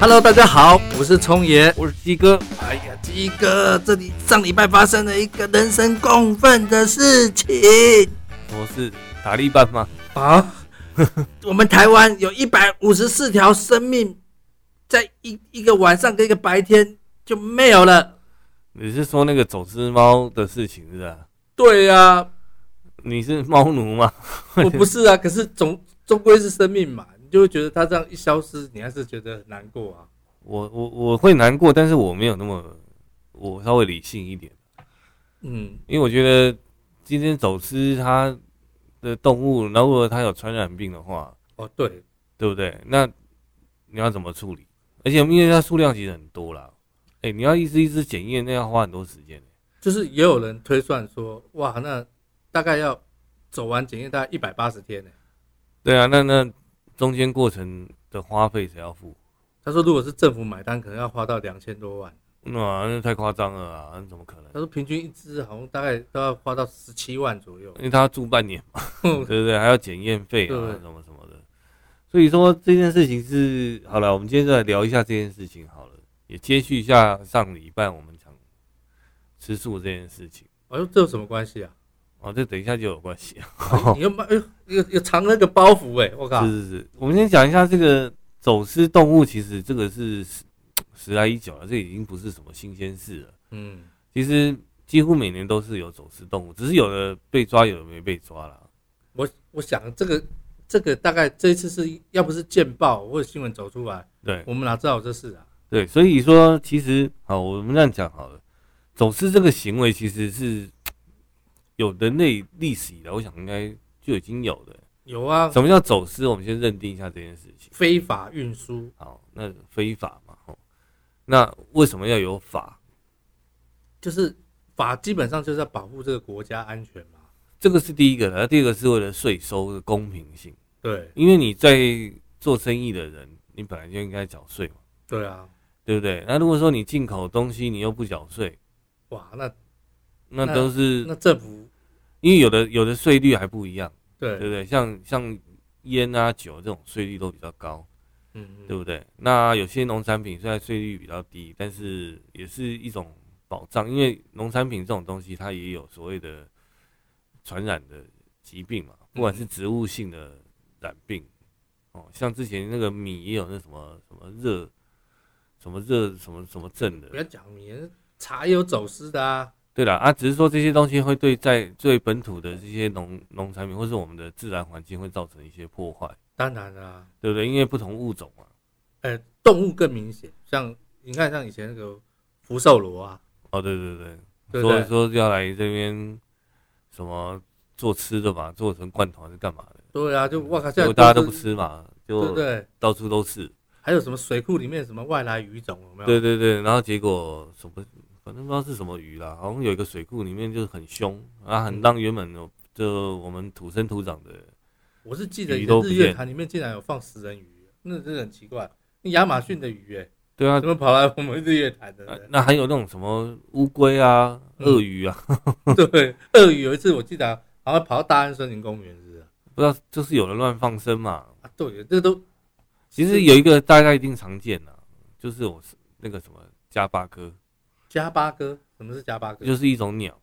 Hello，大家好，我是聪爷，我是鸡哥。哎呀，鸡哥，这里上礼拜发生了一个人神共愤的事情我是塔利班吗？啊！ 我们台湾有一百五十四条生命，在一一个晚上跟一个白天就没有了。你是说那个走私猫的事情是吧？对呀、 你是猫奴吗？我不是啊，可是总终归是生命嘛，你就会觉得它这样一消失，你还是觉得很难过啊。我我我会难过，但是我没有那么，我稍微理性一点，嗯，因为我觉得今天走私它的动物，然后如果它有传染病的话，哦对，对不对？那你要怎么处理？而且因为它数量其实很多啦，哎、你要一只一只检验，那要花很多时间、就是也有人推算说，哇，那大概要走完检验大概一百八十天呢、对啊，那那中间过程的花费谁要付？他说，如果是政府买单，可能要花到两千多万。那、那太夸张了啊！那怎么可能他？说，平均一只好像大概都要花到十七万左右因。为他要住半年嘛，对不对？还要检验费对啊，什么什么的。所以说这件事情是好了，我们今天就来聊一下这件事情好了，也接续一下上礼拜我们讲吃素这件事情。哎呦，这有什么关系啊？哦，这等一下就有关系啊。你又买，哎呦，有有藏那个包袱哎、我靠！是是是，我们先讲一下这个走私动物，其实这个是十十来一九了，这已经不是什么新鲜事了。嗯，其实几乎每年都是有走私动物，只是有的被抓，有的没被抓啦。我我想这个这个大概这一次是要不是见报或者新闻走出来，对，我们哪知道有这事啊？对，所以说其实好，我们这样讲好了，走私这个行为其实是有人类历史以来，我想应该就已经有的。有啊，什么叫走私？我们先认定一下这件事情。非法运输，好，那非法嘛，吼，那为什么要有法？就是法基本上就是要保护这个国家安全嘛。这个是第一个，然后第二个是为了税收的公平性，对因为你在做生意的人，你本来就应该缴税嘛，对啊，对不对？那如果说你进口东西你又不缴税，哇，那那那都是那政府因为有的有的税率还不一样。对对不对？像像烟啊、酒这种税率都比较高，嗯对嗯不对？那有些农产品虽然税率比较低，但是也是一种保障，因为农产品这种东西它也有所谓的传染的疾病嘛，不管是植物性的染病，哦，像之前那个米也有那什么什么热。什么热什么什么症不的，要讲你茶也有走私的啊，对了啊，只是说这些东西会对在对本土的这些农农产品或是我们的自然环境会造成一些破坏，当然啦、啊，对不对？因为不同物种嘛，呃，动物更明显，像你看像以前那个福寿螺啊，哦，对对对，对不所对以？说要来这边什么做吃的嘛，做成罐头还是干嘛的？对啊，就哇靠，现在结果嗯大家都是不，吃嘛，对不就对？到处都是。还有什么水库里面什么外来鱼种有没有？对对对，然后结果什么，反正不知道是什么鱼啦，好像有一个水库里面就是很凶啊，很让原本有就我们土生土长的，我是记得鱼以前都不日月见潭里面竟然有放食人鱼，那真的很奇怪。那亚马逊的鱼、 欸，对啊怎，么跑来我们日月潭的啊呢？那还有那种什么乌龟啊、嗯鳄鱼啊， 对，鳄鱼有一次我记得好像跑到大安森林公园是不是不知道就是有人乱放生嘛。啊，对，这都其实有一个大家一定常见的，就是我那个什么加巴哥。加巴哥，什么是加巴哥？就是一种鸟。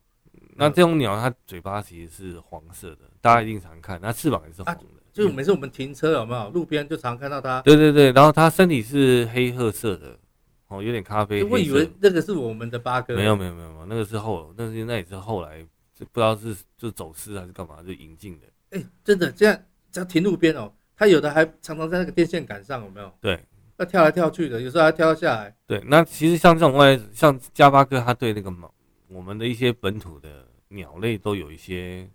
那嗯这种鸟，它嘴巴其实是黄色的，大家一定常看。它翅膀也是黄的，啊嗯就是每次我们停车有没有，路边就常看到它，对对对。然后它身体是黑褐色的，哦，有点咖啡就我黑以色为。那个是我们的八哥，没有没有没有没有，那个是后，那是那也是后来，这不知道是就走私还是干嘛就引进的。哎、真的这样，只要停路边哦，它有的还常常在那个电线杆上，有没有？对，要跳来跳去的，有时候还跳下来。对，那其实像这种外，像加巴哥，它对那个毛，我们的一些本土的鸟类都有一些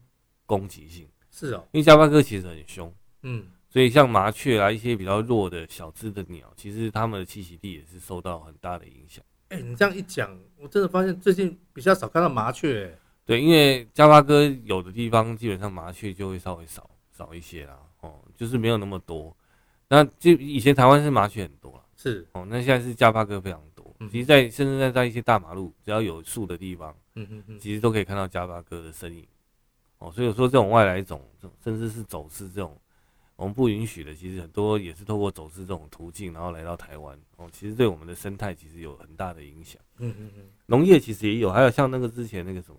攻击性，是哦，因为加巴哥其实很凶。嗯，所以像麻雀啊，一些比较弱的小只的鸟，其实它们的栖息地也是受到很大的影响。哎、你这样一讲，我真的发现最近比较少看到麻雀、哎对，因为加巴哥有的地方基本上麻雀就会稍微少少一些啦，哦，就是没有那么多。那就以前台湾是麻雀很多啦，是，哦，那现在是加巴哥非常多嗯。其实在，甚至在在一些大马路，只要有树的地方，嗯嗯嗯，其实都可以看到加巴哥的身影。哦，所以说这种外来种，这种甚至是走私这种我们不允许的，其实很多也是透过走私这种途径，然后来到台湾哦，其实对我们的生态其实有很大的影响。嗯嗯嗯，农业其实也有，还有像那个之前那个什么，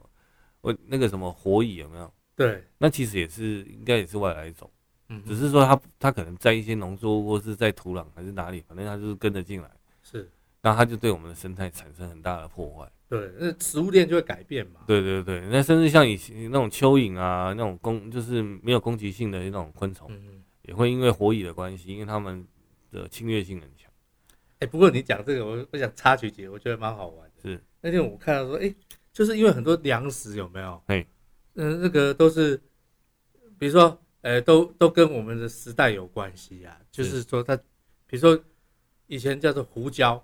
我那个什么火蚁有没有？对，那其实也是应该也是外来种，嗯只是说它它可能在一些农作物或是在土壤还是哪里，反正它就是跟着进来，是那它就对我们的生态产生很大的破坏。对，那食物链就会改变嘛。对对对，那甚至像以前那种蚯蚓啊，那种攻就是没有攻击性的那种昆虫，嗯嗯，也会因为火蚁的关系，因为它们的侵略性很强。哎、不过你讲这个，我我想插曲姐，我觉得蛮好玩的。是那天我看到说，哎、就是因为很多粮食有没有？嘿嗯、那个都是，比如说，呃，都都跟我们的时代有关系啊。就是说它，比如说以前叫做胡椒，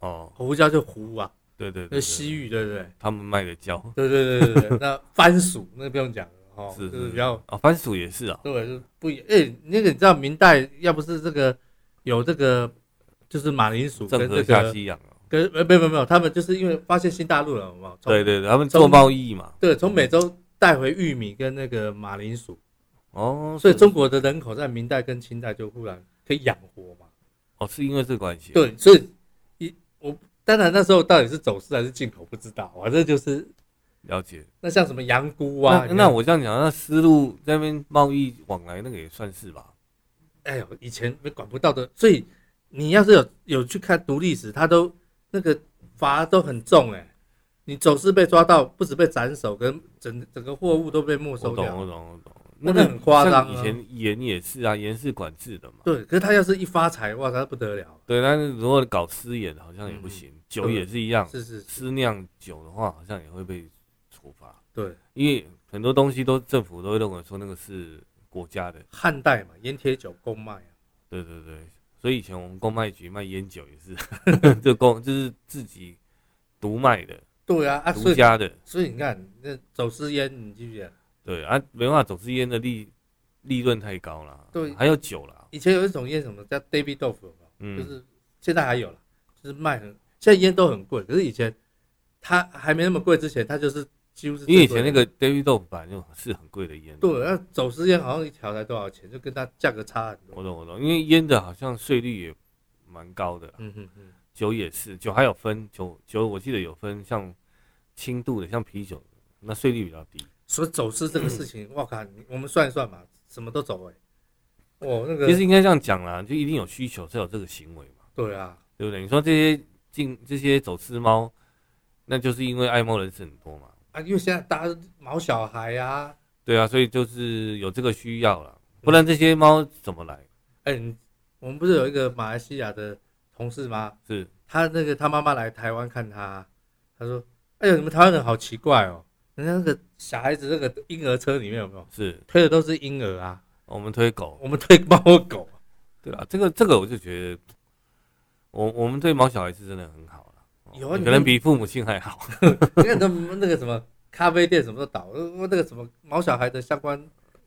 哦，胡椒就胡啊，对对那对西域域对不对？他们卖的胶对对对对对。那番薯那不用讲了哦，是就是是比较啊，番薯也是啊，对，就是不一。哎、那个你知道明代要不是这个有这个，就是马铃薯跟郑这和下个西洋啊，跟呃没有没有没有，他们就是因为发现新大陆了，有没有？从对对对，他们做贸易嘛，对，从美洲带回玉米跟那个马铃薯，哦，所以是中国的人口在明代跟清代就忽然可以养活嘛。哦是因为这个关系，，对，所以一我当然那时候到底是走私还是进口不知道，啊反正就是了解。那像什么羊菇啊那，那我我这样讲，那丝路在那边贸易往来那个也算是吧，哎呦以前没管不到的，所以你要是有有去看读历史，他都那个罚都很重哎、你走私被抓到，不止被斩首，跟整整个货物都被没我收懂掉。我懂我懂，那个很夸张啊像以前盐也是啊，盐是管制的嘛，对，可是他要是一发财，哇，他不得了。对，但是如果搞私盐好像也不行，酒也是一样，嗯是是是，私酿酒的话好像也会被处罚，对，因为很多东西都政府都会认为说那个是国家的，汉代嘛，盐铁酒公卖啊。对对对，所以以前我们公卖局卖烟酒也 是， 就公就是自己独卖的、对啊，啊，所独以家的，所以你看，那走私烟，你记不记得？对啊，没办法，走私烟的利利润太高了，对还有酒啦，以前有一种烟，什么叫 David 豆腐，有没有嗯，就是现在还有了，就是卖很，现在烟都很贵，可是以前它还没那么贵之前，它就是几乎是因为最贵以前的那个 David 豆腐本来就是很贵的烟，对，啊那走私烟好像一条才多少钱，就跟它价格差很多。我懂我懂，因为烟的好像税率也蛮高的啦，嗯嗯嗯，酒也是，酒还有分酒酒，我记得有分像轻度的，像啤酒，那税率比较低。所以走私这个事情，我靠，你我们算一算嘛，什么都走哎、哦，那个其实应该这样讲啦，就一定有需求才有这个行为嘛，对啊，对不对？你说这些进这些走私猫，那就是因为爱猫人士很多嘛，啊，因为现在大家毛小孩啊，对啊，所以就是有这个需要啦，不然这些猫怎么来？哎、你我们不是有一个马来西亚的同事吗？是他那个他妈妈来台湾看他，啊他说：“哎呦，你们台湾人好奇怪哦，人家那个小孩子那个婴儿车里面有没有是，推的都是婴儿啊？我们推狗，我们推猫和狗。对啦，这个这个我就觉得，我我们对毛小孩是真的很好啦，哦有啊你可看能比父母亲还好。你看他们那个什么咖啡店什么都倒，呃那个什么毛小孩的相关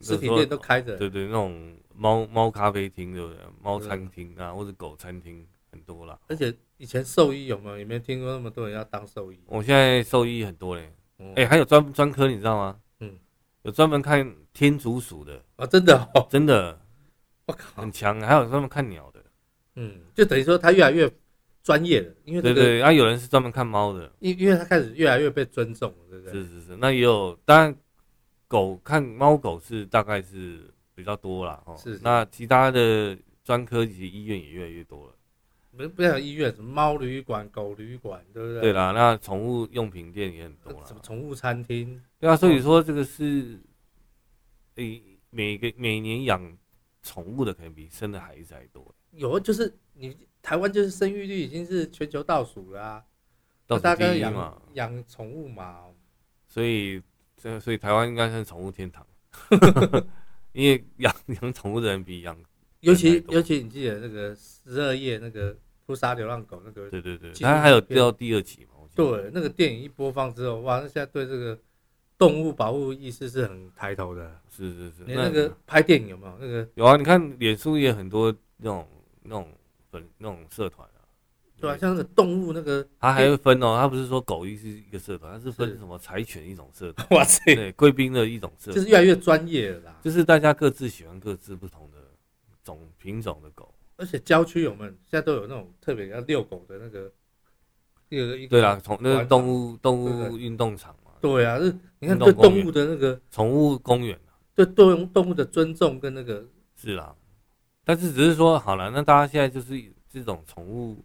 实体店都开着。对对，那种猫猫咖啡厅，对不对？猫餐厅啊，或者狗餐厅很多啦。而且以前兽医有没有？有没有听过那么多人要当兽医？我现在兽医很多嘞，嗯哎、还有专专科，你知道吗？嗯，有专门看天竺鼠的，啊，真的哦，真的我靠很，强，还有专门看鸟的，嗯，就等于说他越来越专业了，因为这对个对，啊，有人是专门看猫的，因因为他开始越来越被尊重了，对不对？是是是，那也有，当然狗看猫狗是大概是比较多啦，哦，是是那其他的专科其实医院也越来越多了。不不要讲医院，什么猫旅馆、狗旅馆，对不对对？啦，那宠物用品店也很多啦什，么宠物餐厅，对啊，所嗯以说这个是，诶、每个每年养宠物的可能比生的孩子还多，有就是你台湾就是生育率已经是全球倒数了、啊，到大处家第一嘛养，养宠物嘛，所以这所以台湾应该算宠物天堂，嗯 因为养 养宠物的人比养尤其人太多尤其你记得那个十二夜那个扑杀流浪狗那个，对对对，其实它还有掉第二集嘛，我记得对，那个电影一播放之后，哇，那现在对这个动物保护意识是很抬头的，是是是，连那个拍电影有没有那个？有啊，你看脸书也很多那种那种粉那种社团啊，对啊，像那个动物那 个，它还会分哦，它不是说狗一是一个社团，它是分是什么柴犬一种社团，哇塞，对，贵宾的一种社团，就是越来越专业了啦。就是大家各自喜欢各自不同的种品种的狗。而且郊区有们现在都有那种特别要遛狗的那个，一个一个对啊啦，从那玩是法动物动对物运动场嘛，对啊，是你看运动对公动物的那个宠物公园啊对动动物的尊重跟那个是啦。但是只是说好了，那大家现在就是这种宠物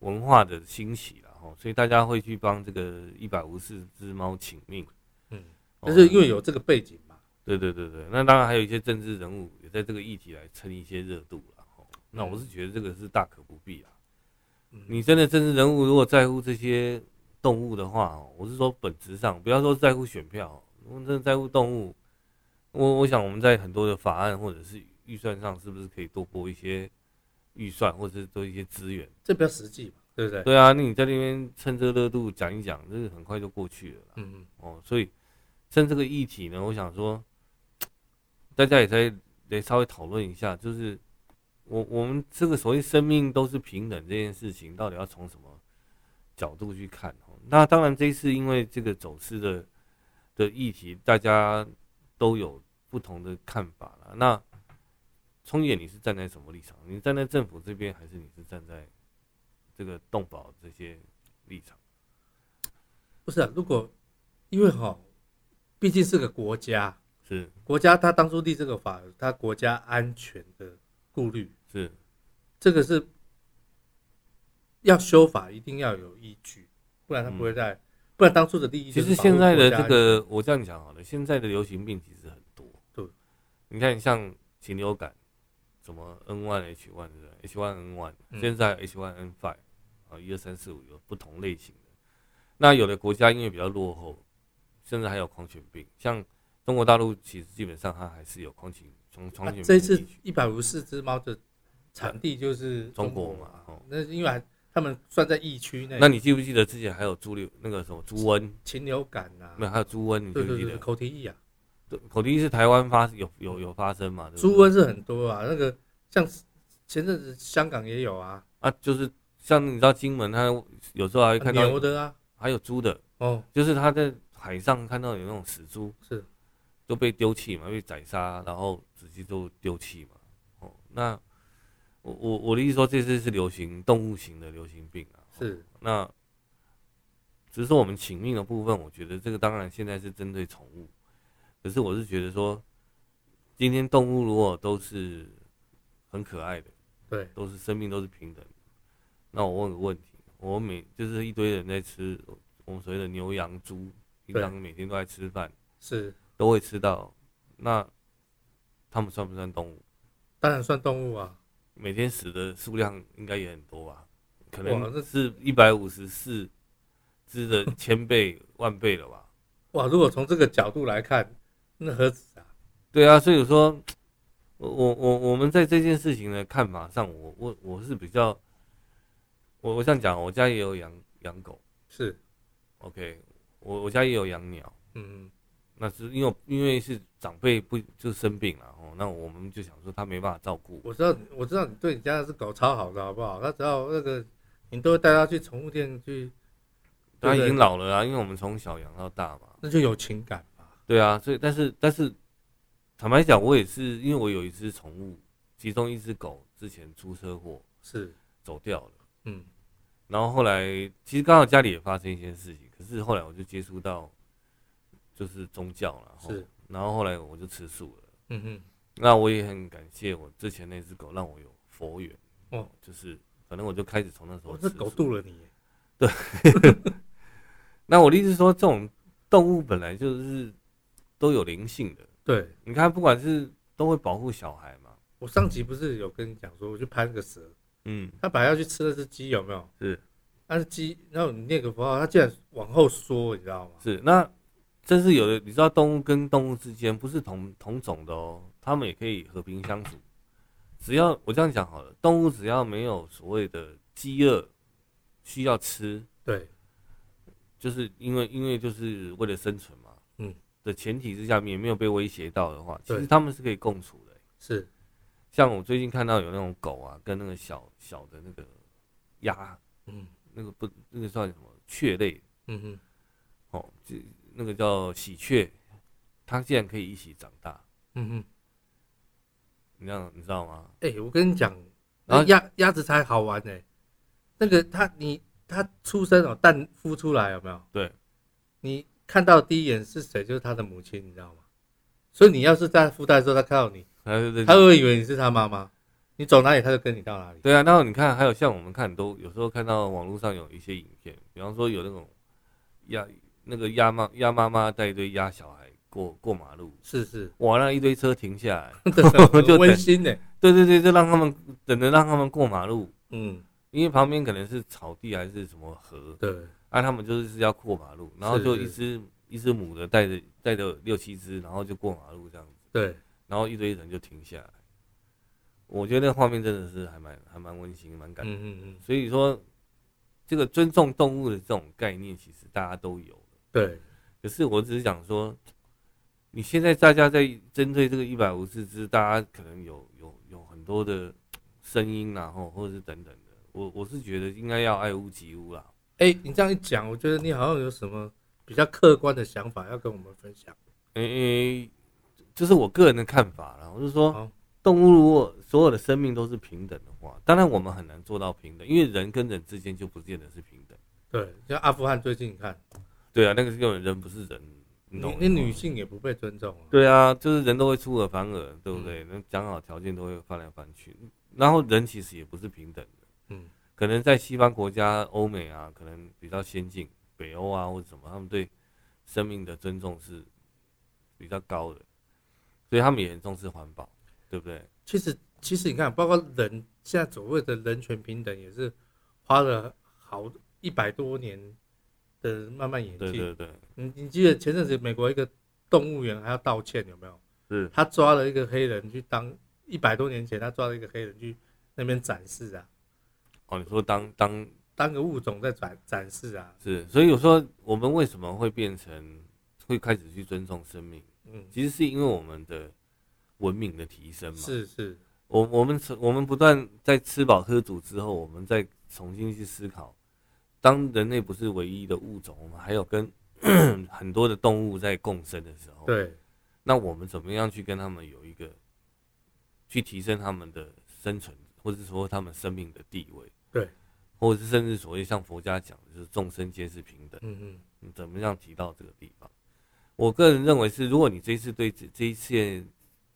文化的兴起了哦，所以大家会去帮这个一百五十只猫请命。嗯，哦，但是因为有这个背景嘛，对对对对，那当然还有一些政治人物也在这个议题来蹭一些热度了。哦那我是觉得这个是大可不必啊。嗯你真的政治人物如果在乎这些动物的话，哦我是说本质上，不要说在乎选票，如果真的在乎动物，我我想我们在很多的法案或者是预算上，是不是可以多拨一些预算，或者是多一些资源？这比较实际嘛，对不对？对啊，那你在那边趁这个热度讲一讲，这个很快就过去了啦。嗯，哦，所以趁这个议题呢，我想说，大家也在得稍微讨论一下，就是我我们这个所谓生命都是平等这件事情，到底要从什么角度去看？哦，那当然这一次因为这个走私的的议题，大家都有不同的看法了。那冲野，你是站在什么立场？你站在政府这边，还是你是站在这个动保这些立场？不是、啊，如果因为哈，毕竟是个国家，是国家他当初立这个法，他国家安全的顾虑，是这个是要修法一定要有依据，不然他不会在，不然当初的利益嗯其就是保实护现在国的家这个，我这样讲好了，现在的流行病其实很多。对，你看像禽流感，什么 N one H one 对不对？H one N one，嗯现在 H one N five 啊，一二三四五有不同类型的。那有的国家因为比较落后，甚至还有狂犬病，像中国大陆其实基本上它还是有狂犬从狂啊犬病这一地次区一百五十四只猫的产地就是中国国嘛哦那是因为还他们算在疫区内，那你记不记得之前还有猪流那个什么猪瘟？禽流感啊没，有，还有猪瘟，你记对不对记对，得？口蹄疫啊，对口蹄疫是台湾发有有有发生嘛？对不对猪瘟是很多啊，那个像前阵子香港也有啊，啊，就是像你知道金门，它有时候还会看到牛的啊，还有猪的，哦，就是它在海上看到有那种死猪，是都被丢弃嘛，被宰杀，然后直接就丢弃嘛。哦，那我我我的意思说，这次是流行动物型的流行病啊。哦是，那只是说我们请命的部分，我觉得这个当然现在是针对宠物，可是我是觉得说，今天动物如果都是很可爱的。对，都是生命都是平等的。那我问个问题，我们每就是一堆人在吃我们所谓的牛羊猪，平对常每天都在吃饭，是，都会吃到，那他们算不算动物？当然算动物啊，每天死的数量应该也很多吧？可哇这能是一百五十四只的千倍万倍了吧？哇，如果从这个角度来看，那何止啊，对啊，所以说，我我我我们在这件事情的看法上，我我我是比较，我我这样讲，我家也有养养狗。是， OK，我我家也有养鸟，嗯，那是因为因为是长辈不就生病了哦，那我们就想说他没办法照顾，我知道，我知道你对你家那只狗超好的，好不好？它只要那个，你都会带它去宠物店去，对他不已对经老了啊，因为我们从小养到大嘛，那就有情感吧。对啊，所以但是但是坦白讲，我也是因为我有一只宠物，其中一只狗之前出车祸是，走掉了，嗯，然后后来其实刚好家里也发生一些事情，可是后来我就接触到就是宗教了，哦是，然后后来我就吃素了。嗯哼，那我也很感谢我之前那只狗，让我有佛缘。哦哦，就是反正我就开始从那时候我吃哦这素。狗渡了你耶，那我的意思是说，这种动物本来就是都有灵性的。对你看，不管是都会保护小孩嘛，我上集不是有跟你讲说，我去拍那个蛇，嗯，它本来要去吃那只鸡，有没有？是，那只鸡，然后你念个符号，它竟然往后缩，你知道吗？是那真是有的。你知道，动物跟动物之间不是同同种的哦，它们也可以和平相处。只要我这样讲好了，动物只要没有所谓的饥饿需要吃，对，就是因为因为就是为了生存嘛，嗯的前提之下也没有被威胁到的话，其对实他们是可以共处的欸、是，像我最近看到有那种狗啊，跟那个小小的那个鸭，嗯那个不那个算什么雀类嗯哼，哦，就那个嗯叫喜鹊，它竟然可以一起长大。嗯哼，你知道你知道吗？哎、我跟你讲，然那后鸭鸭子才好玩呢、那个它你它出生哦，蛋孵出来有没有？对，你看到第一眼是谁，就是它的母亲，你知道吗？所以你要是在孵蛋的时候，它看到你，他就认它会以为你是它妈妈，你走哪里它就跟你到哪里。对啊，然后你看，还有像我们看都有时候看到网络上有一些影片，比方说有那种鸭那个鸭妈鸭妈妈带一堆鸭小孩过过马路，是 是，哇，那一堆车停下来，对，很就温等馨呢、对对对，就让他们等着让他们过马路，嗯，因为旁边可能是草地还是什么河，对，啊，他们就是要过马路，然后是就是一只一只母的带着带着六七只，然后就过马路这样子，对，然后一堆人就停下来，我觉得那个画面真的是还蛮还蛮温馨，蛮感动的嗯嗯嗯，所以说，这个尊重动物的这种概念，其实大家都有。对，可是我只是想说，你现在大家在针对这个一百五十只，大家可能有有有很多的声音啊，或或者是等等的。我我是觉得应该要爱屋及乌啦。哎、你这样一讲，我觉得你好像有什么比较客观的想法要跟我们分享。诶、诶这是我个人的看法啦。我是好说，动物如果所有的生命都是平等的话，当然我们很难做到平等，因为人跟人之间就不见得是平等。对，像阿富汗最近你看，对啊，那个是根本人不是人，你懂你你我意思吗女性也不被尊重啊。嗯对啊，就是人都会出尔反尔，对不嗯对？那讲好条件都会翻来翻去，然后人其实也不是平等的。嗯，可能在西方国家、欧美啊，可能比较先进，北欧啊或者什么，他们对生命的尊重是比较高的，所以他们也很重视环保，对不对？其实其实你看，包括人现在所谓的人权平等，也是花了好一百多年的慢慢演对进。对对，你你记得前阵子美国一个动物园还要道歉，有没有？是他抓了一个黑人去当一百多年前他抓了一个黑人去那边展示啊，哦，你说当当当个物种在展展示啊，是，所以我说我们为什么会变成会开始去尊重生命，嗯，其实是因为我们的文明的提升嘛。是是，我我们吃我们不断在吃饱喝足之后，我们再重新去思考，当人类不是唯一的物种，我们还有跟 很多的动物在共生的时候，，对，那我们怎么样去跟他们有一个去提升他们的生存，或者说他们生命的地位？对，或者是甚至所谓像佛家讲的，就是众生皆是平等。嗯嗯，你怎么样提到这个地方？我个人认为是，如果你这一次对这这一次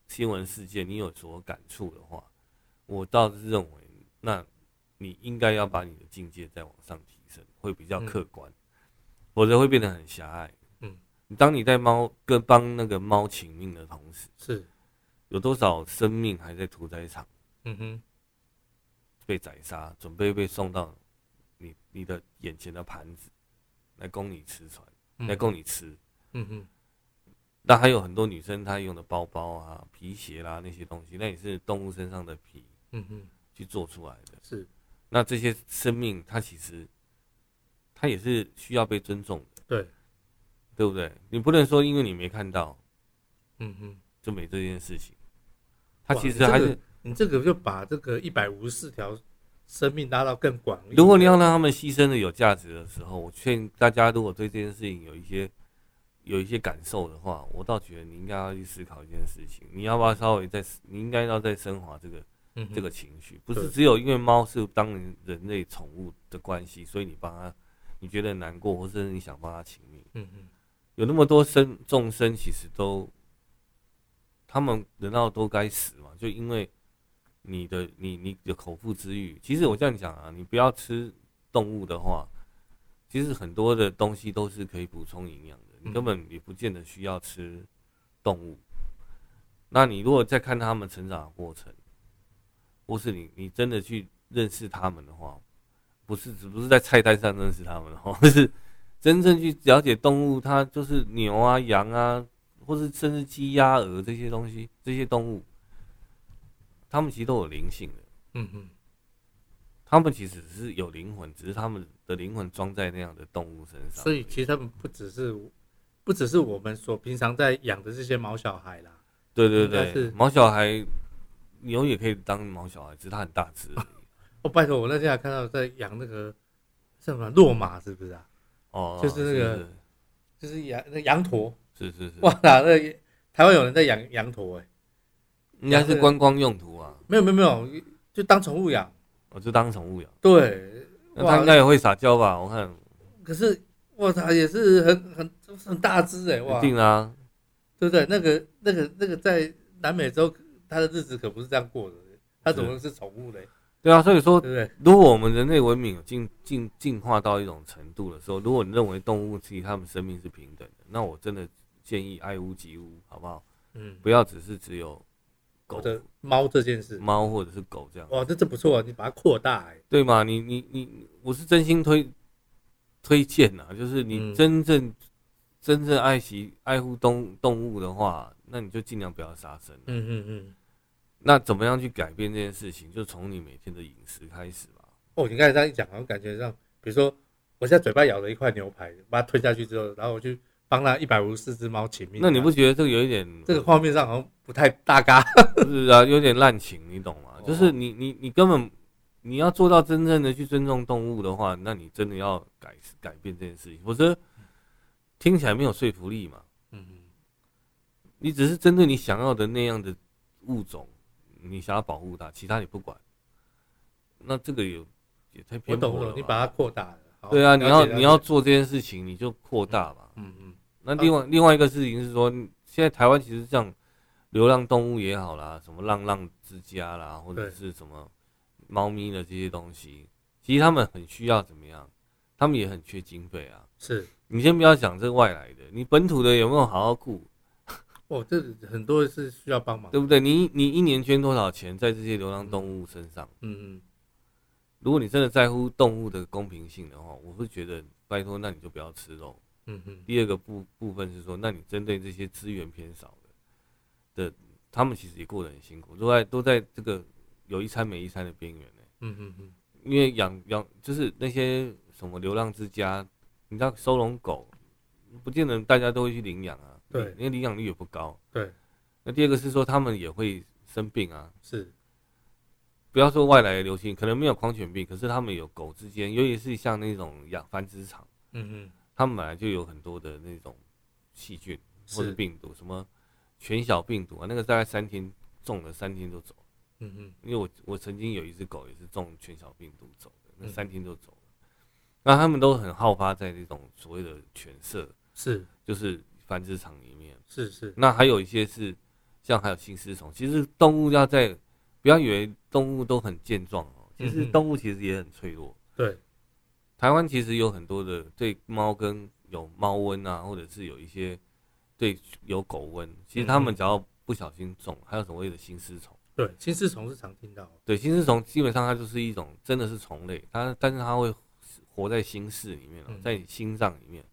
新闻事件你有所感触的话，我倒是认为，那你应该要把你的境界再往上提升，会比较客观，否则会变得很狭隘。嗯，当你在猫跟帮那个猫请命的同时，是，有多少生命还在屠宰场嗯哼，被宰杀，准备被送到你你的眼前的盘子来供你吃穿，嗯来供你吃。嗯哼，那还有很多女生她用的包包啊、皮鞋啦、那些东西，那也是动物身上的皮嗯哼，去做出来的。是，那这些生命，它其实它也是需要被尊重的，对，对不对？你不能说因为你没看到嗯哼，就没这件事情，它哇其你实这还个是，你这个就把这个一百五十四条生命拉到更广义。如果你要让他们牺牲的有价值的时候，我劝大家，如果对这件事情有一些有一些感受的话，我倒觉得你应该要去思考一件事情，你要不要稍微再，你应该要再升华这个嗯哼这个情绪，不是对只有因为猫是当人人类宠物的关系，所以你帮它，你觉得难过，或是你想帮它请命，嗯嗯，有那么多生众生其实都，他们难道都该死嘛？就因为你的你你的口腹之欲，其实我这样讲啊，你不要吃动物的话，其实很多的东西都是可以补充营养的，你嗯根本也不见得需要吃动物。那你如果再看他们成长的过程，或是你你真的去认识他们的话，不是只不是在菜单上认识他们的话，是真正去了解动物，它就是牛啊、羊啊，或是甚至鸡、鸭、鹅这些东西，这些动物，它们其实都有灵性的，嗯嗯，它们其实只是有灵魂，只是它们的灵魂装在那样的动物身上。所以其实他们不只是不只是我们所平常在养的这些毛小孩啦，对对应该是对，毛小孩牛也可以当毛小孩，只是它很大 只而已。哦，拜托，我那天还看到在养那个叫什么骆马，是不是啊？哦，就是那个就是养那羊驼，是是是是，哇，那个台湾有人在养羊驼哎、应该是观光用途啊，没有没有没有，就当宠物养。我就当宠物养。对，那哇它应该也会撒娇吧？我看可是我操，也是很很很大只哎，哇，一对定啊，不对？那个那个那个在南美洲，他的日子可不是这样过的，他怎么会是宠物嘞？对啊。所以说对，不对？如果我们人类文明有进进进化到一种程度的时候，如果你认为动物其实它们生命是平等的，那我真的建议爱屋及乌，好不好？嗯，不要只是只有狗我、的猫这件事，猫或者是狗这样，哇，这这不错，啊你把它扩大哎，对吗？你你你，我是真心推推荐呐、就是你嗯真正、真正爱惜爱护动动物的话，那你就尽量不要杀生。嗯嗯嗯。那怎么样去改变这件事情，就从你每天的饮食开始吧。哦，你刚才这样一讲，好像感觉上，比如说我现在嘴巴咬了一块牛排，把它吞下去之后，然后我去帮那一百五十四只猫请命，那你不觉得这个有一点这个画面上好像不太大嘎？不是啊，有点滥情，你懂吗哦？就是你你你根本你要做到真正的去尊重动物的话，那你真的要改改变这件事情，否则听起来没有说服力嘛。嗯，你只是针对你想要的那样的物种，你想要保护它，其他你不管，那这个有也 太我偏懂颇我了懂，吧。你把它扩大了。好对啊，你要了解你要了解做这件事情，你就扩大嘛。嗯嗯那另外、另外一个事情是说，现在台湾其实这样，流浪动物也好啦，什么浪浪之家啦，或者对是什么猫咪的这些东西，其实他们很需要怎么样？他们也很缺经费啊。是，你先不要讲这外来的，你本土的有没有好好顾，哦，这很多是需要帮忙。对不对？你你一年捐多少钱在这些流浪动物身上？嗯嗯，如果你真的在乎动物的公平性的话，我会觉得，拜托，那你就不要吃肉。嗯嗯，第二个部部分是说，那你针对这些资源偏少的的，他们其实也过得很辛苦，都在都在这个有一餐没一餐的边缘呢。嗯嗯嗯，因为养养就是那些什么流浪之家，你知道收容狗，不见得大家都会去领养啊，对因为领养率也不高。对，那第二个是说他们也会生病啊，是，不要说外来的流行，可能没有狂犬病，可是他们有狗之间，尤其是像那种养繁殖场，嗯嗯他们本来就有很多的那种细菌。或者是，病毒，什么犬小病毒啊，那个大概三天中了，三天就走了。嗯嗯因为我我曾经有一只狗也是中犬小病毒走的，那嗯三天就走了。那他们都很好发在这种所谓的犬舍，是就是繁殖场里面。是是，那还有一些是像还有心丝虫，其实动物要在不要以为动物都很健壮哦，其实嗯哼动物其实也很脆弱。对，台湾其实有很多的对猫跟有猫瘟啊，或者是有一些对有狗瘟，其实他们嗯只要不小心中，还有所谓的心丝虫。对，心丝虫是常听到的。对，心丝虫基本上它就是一种真的是虫类，它但是它会活在心室里面、哦嗯，在你心脏里面。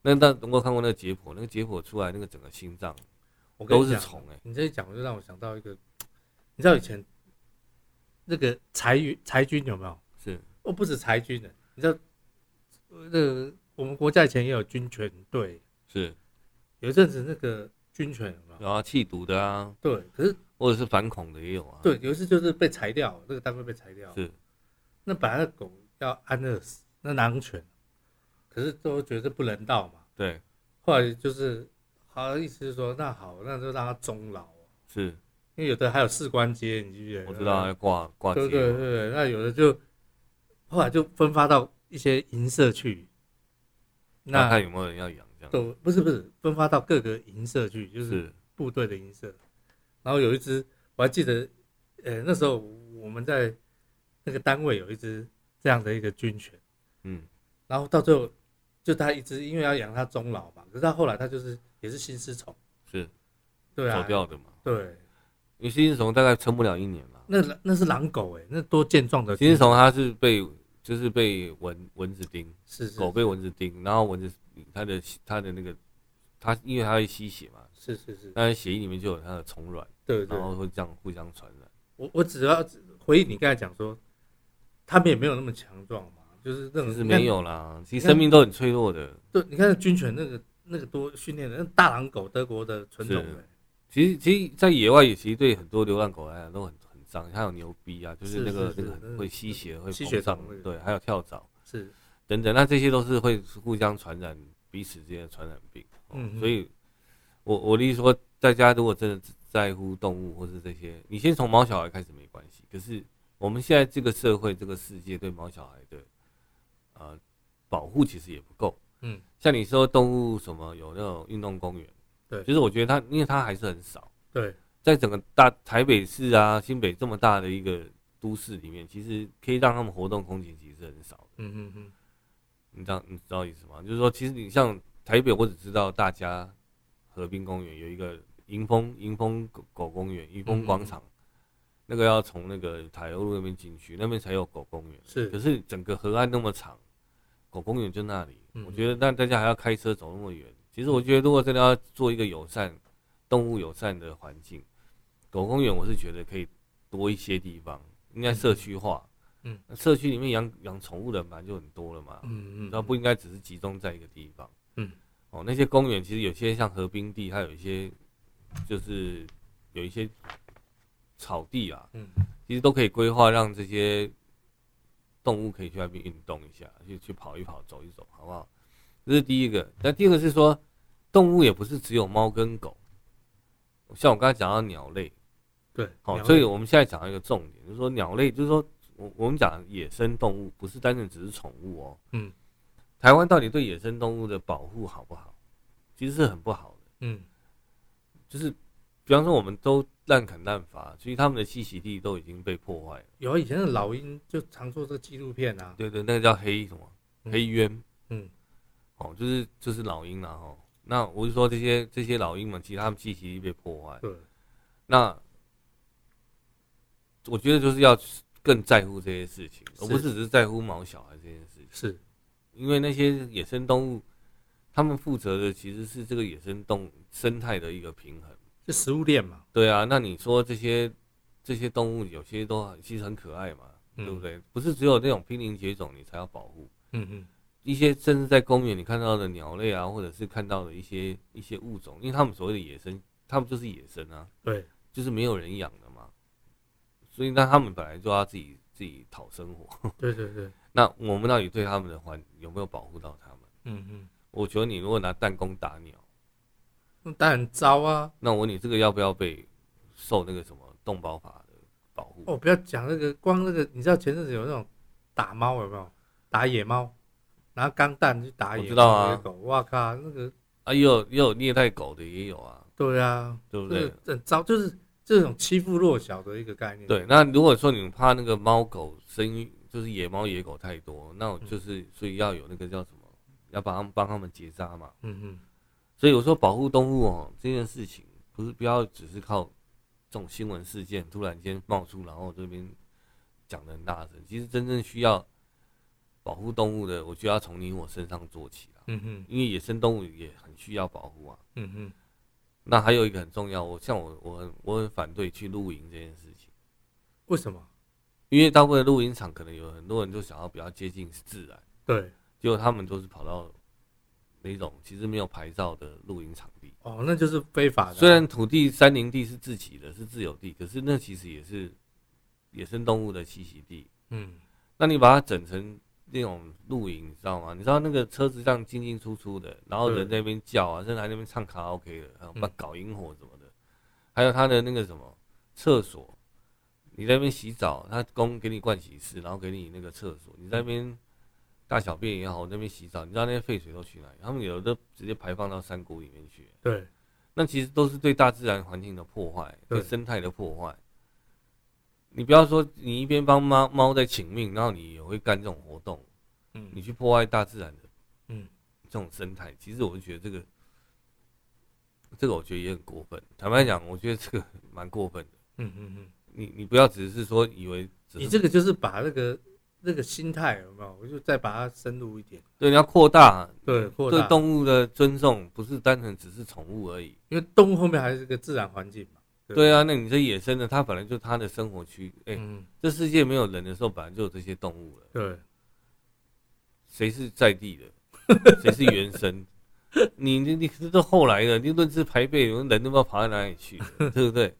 那那我有看过那个解剖，那个解剖出来那个整个心脏我跟都你是讲，虫哎、你这一讲，我就让我想到一个，你知道以前那个裁员裁军有没有？是哦，不止裁军的，你知道，呃那个我们国家以前也有军犬队，是，有一阵子那个军犬有没有？然后气毒的啊，对，可是或者是反恐的也有啊。对，有一次就是被裁掉，那个单位被裁掉，是那本来那狗要安乐死，那狼犬，可是都觉得不人道嘛，对，后来就是好像意思是说，那好，那就让它终老，啊是因为有的还有士官阶，你记不记得？我知道要挂挂对结对对嘛，对，那有的就后来就分发到一些银社去，那那看有没有人要养这样。都不是不是分发到各个银社去，就是是部队的银社。然后有一只我还记得，呃，那时候我们在那个单位有一只这样的一个军犬，嗯，然后到最后就它一只，因为要养它终老嘛，可是它后来它就是也是心丝虫，是对走啊，掉的嘛。对，因为新丝虫大概撑不了一年嘛。那那是狼狗哎、那多健壮的新丝虫它是被就是被蚊蚊子叮，是是狗被蚊子叮，然后蚊子它的它的那个它因为它会吸血嘛，是是是，那血液里面就有它的虫卵，对对嗯然。后会这样互相传染。我我只要回应你刚才讲说，他们也没有那么强壮嘛，就是那种其实你看没有啦，其实生命都很脆弱的。对，你看那军犬那个那个多训练的，那大狼狗德国的纯种是的，其实其实，在野外也其实对很多流浪狗来讲都很很脏，还有牛逼啊，就是是那个是那是个嗯会吸血会吸血膨胀虫那个，对，还有跳蚤。是等等，那这些都是会互相传染彼此之间的传染病。哦嗯哼所以我我的意思说，大家如果真的在乎动物或是这些，你先从毛小孩开始没关系。可是我们现在这个社会、这个世界对毛小孩的呃保护其实也不够。嗯，像你说动物什么有那种运动公园，对就是我觉得它因为它还是很少，对，在整个大台北市啊、新北这么大的一个都市里面，其实可以让他们活动空间其实是很少的。嗯嗯嗯，你知道你知道意思吗？就是说，其实你像台北，我只知道大家河滨公园有一个迎风迎风狗狗公园、迎风广场，嗯那个要从那个台欧路那边进去，那边才有狗公园。可是，是整个河岸那么长，狗公园就那里，嗯我觉得那大家还要开车走那么远。其实我觉得，如果真的要做一个友善、动物友善的环境，狗公园我是觉得可以多一些地方，应该社区化。嗯，社区里面养养宠物的本来就很多了嘛，嗯嗯，那不应该只是集中在一个地方。嗯，哦，那些公园其实有些像河滨地，还有一些就是有一些草地啊，嗯，其实都可以规划让这些动物可以去外面运动一下，去去跑一跑、走一走，好不好？这是第一个。那第二个是说，动物也不是只有猫跟狗，像我刚才讲到鸟类，对，好、鸟哦所以类我们现在讲到一个重点，就是说鸟类，就是说我我们讲野生动物，不是单纯只是宠物哦。嗯，台湾到底对野生动物的保护好不好？其实是很不好的，嗯就是比方说我们都滥砍滥伐，所以他们的栖息地都已经被破坏了。有啊以前的老鹰就常做这个纪录片啊，对对，那个叫黑什么嗯黑鸢，嗯，哦，就是就是老鹰啦、啊、哦。那我就说这些这些老鹰们，其实他们栖息地被破坏，对，那我觉得就是要更在乎这些事情，是而不是只是在乎毛小孩这件事情。是，因为那些野生动物，他们负责的其实是这个野生动生态的一个平衡。就食物链嘛，对啊，那你说这些这些动物有些都很其实很可爱嘛，嗯对不对？不是只有那种濒临绝种你才要保护，嗯嗯，一些甚至在公园你看到的鸟类啊，或者是看到的一些一些物种，因为他们所谓的野生，他们就是野生啊， 对，就是没有人养的嘛，所以那他们本来就要自己自己讨生活。 对对对，那我们到底对他们的环有没有保护到他们？嗯嗯，我觉得你如果拿弹弓打鸟，那当然糟啊，那我问你这个要不要被受那个什么动保法的保护？哦，不要讲那个，光那个，你知道前阵子有那种打猫有没有？打野猫，拿钢弹去打我野猫知道啊野狗，哇靠，那个啊，也有也有虐待狗的也有啊，对啊，对不那对？个很糟，就是这种欺负弱小的一个概念。对，那如果说你怕那个猫狗生育，就是野猫野狗太多，那我就是、所以要有那个叫什么，要帮他们帮他们结扎嘛。嗯嗯，所以我说保护动物哦这件事情，不是不要只是靠这种新闻事件突然间冒出，然后这边讲的很大声。其实真正需要保护动物的，我觉得要从你我身上做起啦，嗯嗯因为野生动物也很需要保护啊。嗯嗯，那还有一个很重要，我像我我很我很反对去露营这件事情。为什么？因为大部分的露营场可能有很多人就想要比较接近自然，对，结果他们都是跑到那种其实没有牌照的露营场地。哦，那就是非法的啊。虽然土地山林地是自己的，是自有地，可是那其实也是野生动物的栖息地。嗯，那你把它整成那种露营，你知道吗？你知道那个车子这样进进出出的，然后人在那边叫啊，甚至还在那边唱卡拉 OK 的，还有把嗯搞萤火什么的，还有他的那个什么厕所，你在那边洗澡，他公给你灌洗室，然后给你那个厕所，你在那边大小便也好，那边洗澡，你知道那些废水都去哪里？他们有的都直接排放到山谷里面去，对，那其实都是对大自然环境的破坏，对对生态的破坏。你不要说你一边帮猫猫在请命，然后你也会干这种活动，你嗯去破坏大自然的嗯，这种生态，其实我就觉得这个，这个我觉得也很过分。坦白讲，我觉得这个蛮过分的。嗯嗯嗯，你你不要只是说以为只你是这个就是把那个那个心态有没有？我就再把它深入一点。对你要扩大对，扩对大，动物的尊重，不是单纯只是宠物而已。因为动物后面还是个自然环境嘛。对对啊，那你这野生的，它本来就它的生活区。哎、嗯，这世界没有人的时候，本来就有这些动物了。对，谁是在地的，谁是原生。 你你你这都后来的，你论资排辈，人都不知道跑到哪里去了，对不对？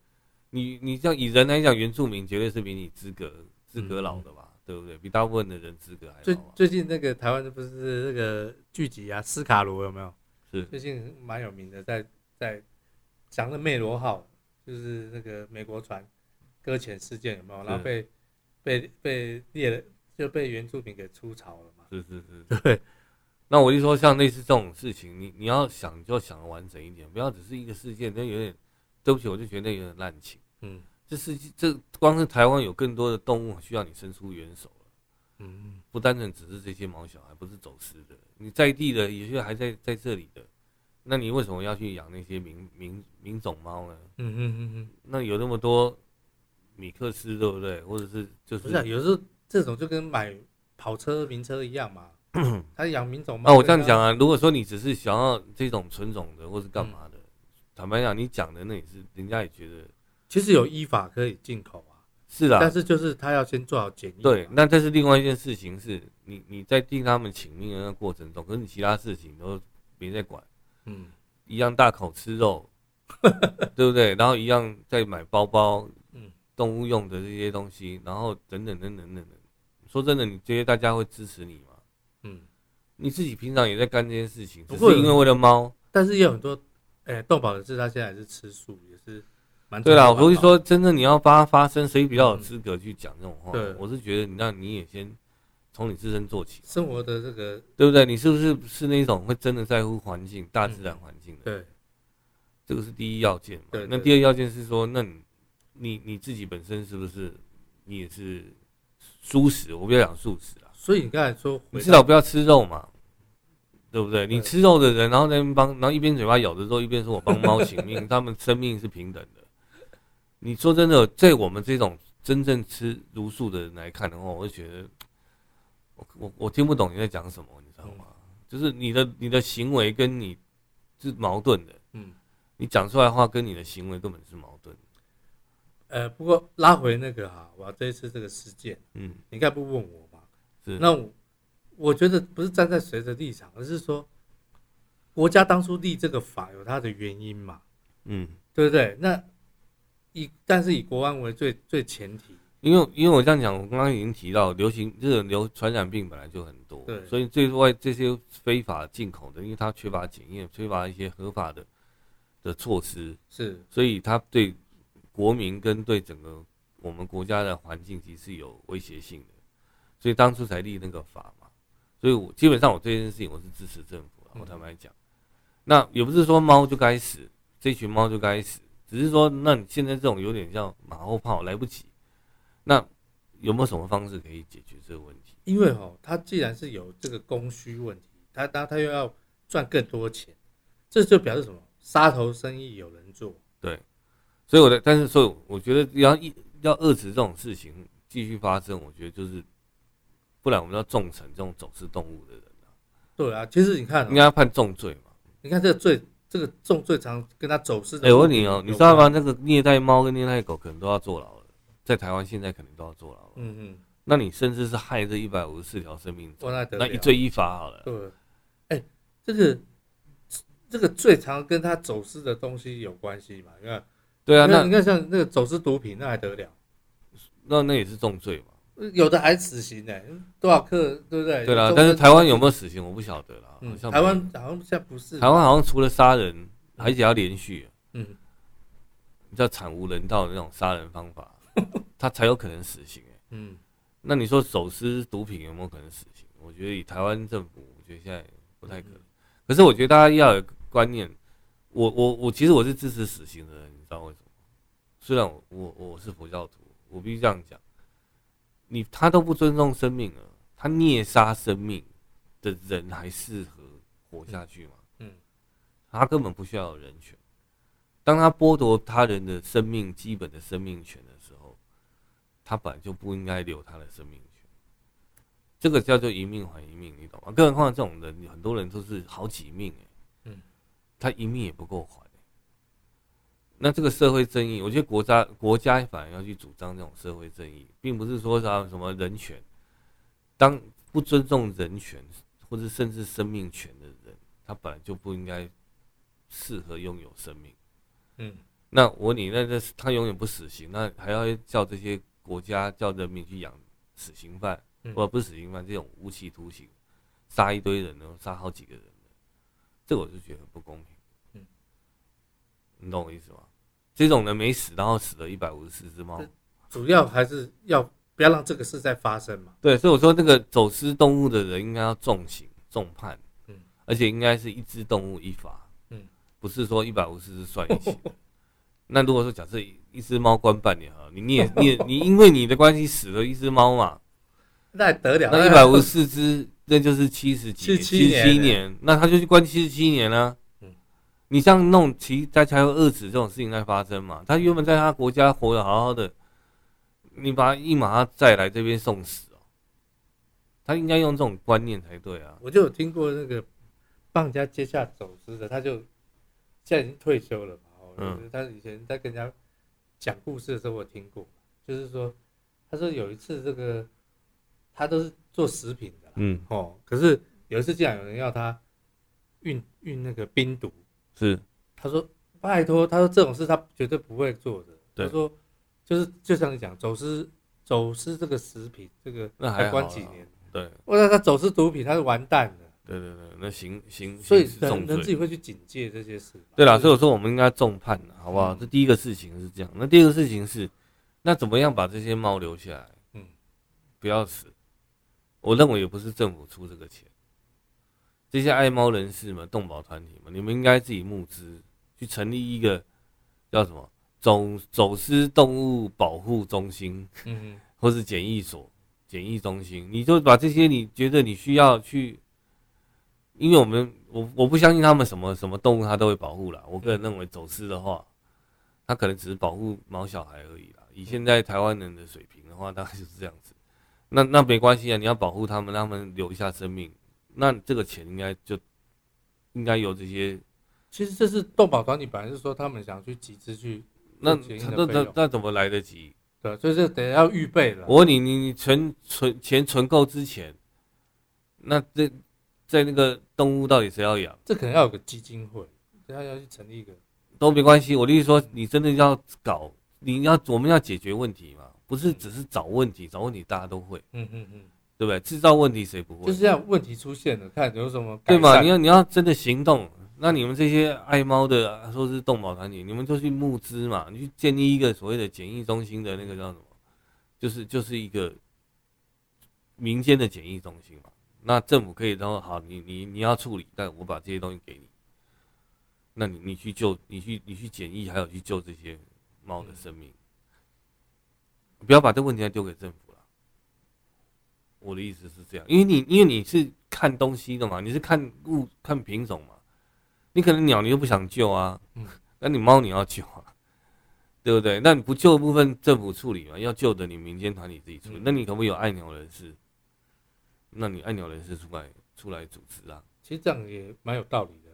你你像以人来讲，原住民绝对是比你资格资格老的吧，对不对？比大部分的人资格还最老吧，啊最近那个台湾不是那个剧集啊，斯 卡罗有没有？是最近蛮有名的，在在讲的暹罗号，就是那个美国船搁浅事件有没有？是然后被被被列了，就被原住民给出草了嘛。是是是。对，那我就说，像类似这种事情，你你要想就想的完整一点，不要只是一个事件，那有点，对不起，我就觉得那有点滥情。嗯这世界这光是台湾有更多的动物需要你伸出援手了，嗯不单纯只是这些毛小孩，不是走私的，你在地的有些还在在这里的，那你为什么要去养那些名名名种猫呢？嗯嗯嗯嗯，那有那么多米克斯，对不对？或者是就不是、啊，是。有时候这种就跟买跑车名车一样 嘛，他养民种嘛。那我这样讲啊，如果说你只是想要这种纯种的，或是嗯干嘛的，坦白讲，你讲的那也是人家也觉得其实有依法可以进口啊，是啦但。是就是他要先做好检疫。啊对，，那这是另外一件事情是，你你在定他们请命的那个过程中，可是你其他事情都没在管，嗯一样大口吃肉， 对不对？然后一样在买包包，嗯动物用的这些东西，然后等等等等等等。说真的，你这些大家会支持你吗？嗯，你自己平常也在干这些事情，只不会是因为为了猫。但是也有很多，哎、动保人士他现在也是吃素，也是蛮对啦，常见的我不是说真正你要发发声，谁比较有资格去讲这种话？对我是觉得你那你也先从你自身做起，生活的这个对不对？你是不是是那种会真的在乎环境、大自嗯然环境的？对，这个是第一要件嘛。对对那第二要件是说，那你你你自己本身是不是你也是素食？我不要讲素食啊，所以你刚才说回你到至少不要吃肉嘛，对不对？对你吃肉的人，然后在那边帮，然后一边嘴巴咬着肉，一边说我帮猫请命， 他们生命是平等的。你说真的，在我们这种真正吃茹素的人来看的话，我就觉得，我我我听不懂你在讲什么，你知道吗？嗯就是你的你的行为跟你是矛盾的，嗯你讲出来的话跟你的行为根本是矛盾的。呃，不过拉回那个哈，我这一次这个事件，嗯，你应该不问我吧？是那我我觉得不是站在谁的立场，而是说国家当初立这个法有它的原因嘛，嗯，对不对？那以但是以国安为最最前提，因为因为我这样讲，我刚刚已经提到，流行这个流传染病本来就很多对，所以最外这些非法进口的，因为它缺乏检验，缺乏一些合法的的措施，是所以它对国民跟对整个我们国家的环境其实是有威胁性的，所以当初才立那个法嘛。所以我基本上我对这件事情我是支持政府的，嗯我坦白讲，那也不是说猫就该死，这群猫就该死，只是说那你现在这种有点像马后炮，来不及。那有没有什么方式可以解决这个问题？因为哦，他既然是有这个供需问题，他他他又要赚更多钱，这就表示什么？杀头生意有人做，所以我的，但是所以我觉得要一要遏制这种事情继续发生，我觉得就是，不然我们要重惩这种走私动物的人，对啊。其实你看、应该哦，要判重罪嘛。你看这个最这个重最常跟他走私的。哎、我问你哦、你知道吗？？那个虐待猫跟虐待狗可能都要坐牢了，在台湾现在可能都要坐牢了。嗯嗯，那你甚至是害这一百五十四条生命，我那得了那一罪一罚好了。对，哎，这个这个最常跟他走私的东西有关系嘛？你看，对啊，你看那你看像那个走私毒品，那还得了？那那也是重罪嘛。有的还死刑呢、多少克，对不对？对啦终，身但是台湾有没有死刑我不晓得啦。好嗯，像台湾好像现在不是台，湾好像除了杀人，而且要连续，嗯，你知道惨无人道的那种杀人 方法，他才有可能死刑、欸。嗯，那你说走私毒品有没有可能死刑？我觉得以台湾政府，我觉得现在不太可嗯能。可是我觉得大家要有个观念，我我我其实我是支持死刑的人，你知道为什么？虽然我我我是佛教徒，我必须这样讲，你他都不尊重生命了，他虐杀生命的人还适合活下去吗？嗯，他根本不需要有人权。当他剥夺他人的生命基本的生命权的时候，他本来就不应该留他的生命权。这个叫做一命还一命，你懂吗？更何况这种人，很多人都是好几命、欸，嗯他一命也不够还、欸那这个社会正义，我觉得国家国家反而要去主张这种社会正义，并不是说啥什么人权。当不尊重人权，或者甚至生命权的人，他本来就不应该适合拥有生命。嗯，那我问你，那这他永远不死刑，那还要叫这些国家叫人民去养死刑犯，嗯或者不是死刑犯这种无期徒刑，杀一堆人呢，杀好几个人呢，这个我就觉得很不公平。嗯你懂我意思吗？这种人没死，然后死了一百五十四只猫对。主要还是要不要让这个事再发生嘛。对，所以我说那个走私动物的人应该要重刑重判，嗯而且应该是一只动物一罚，嗯不是说一百五十只算一起。那如果说假设一一只猫关半年啊，你你也你也你因为你的关系死了一只猫嘛，那还得了？哎那一百五十四只，那就是哎七十几年， 77年七年，那他就去关七十七年啊。嗯你这样弄，其他才会饿死这种事情在发生嘛。他原本在他国家活得好好的，你把他一马他再来这边送死哦，他应该用这种观念才对啊。我就有听过那个帮人家接下走私的，他就现在已经退休了嘛。哦，嗯就是他以前在跟人家讲故事的时候，我听过，就是说，他说有一次这个他都是做食品的啦，嗯，哦，可是有一次竟然有人要他运运那个冰毒，是，他说拜托，他说这种事他绝对不会做的。对他说就是就像你讲走私走私这个食品，这个那还才好关啦几年，对我让他走私毒品，他是完蛋的。对对对，那刑刑所以刑事人重人自罪。己会去警戒这些事吧。对啦，就所以我说我们应该重判啦，好不好？嗯这第一个事情是这样，那第二个事情是，那怎么样把这些猫留下来？嗯，不要死。我认为也不是政府出这个钱，这些爱猫人士们、动保团体们，你们应该自己募资去成立一个叫什么走走私动物保护中心，嗯或是检疫所、检疫中心，你就把这些你觉得你需要去，因为我们我我不相信他们什么什么动物它都会保护啦。我个人认为走私的话，它可能只是保护毛小孩而已啦。以现在台湾人的水平的话，大概就是这样子。那那没关系啊，你要保护他们，让他们留下生命，那这个钱应该就应该由这些其实这是动保团体本来是说他们想去集资去，那有钱的那费那用那怎么来得及？对，啊所以这得要预备了。我问你，你你存存钱存够之前，那这在那个动物到底谁要养这可能要有个基金会，啊要要去成立一个。都没关系。我的意思说，你真的要搞，你要我们要解决问题嘛，不是只是找问题，找问题大家都会，嗯嗯嗯，对不对？制造问题谁不会？就是要问题出现了，看有什么改对善嘛？你要你要真的行动。那你们这些爱猫的，说是动保团体，你们就去募资嘛，你去建立一个所谓的检疫中心的那个叫什么，就是就是一个民间的检疫中心嘛。那政府可以说好，你你你要处理，但我把这些东西给你，那你你去救，你去你去检疫，还有去救这些猫的生命，不要把这问题再丢给政府了。我的意思是这样，因为你因为你是看东西的嘛，你是看物看品种嘛，你可能鸟你又不想救啊嗯，那你猫你要救啊，对不对？那你不救的部分政府处理嘛，要救的你民间团体自己处理，嗯那你可不可以有爱鸟人士？那你爱鸟人士出来出来组织啊，其实这样也蛮有道理的。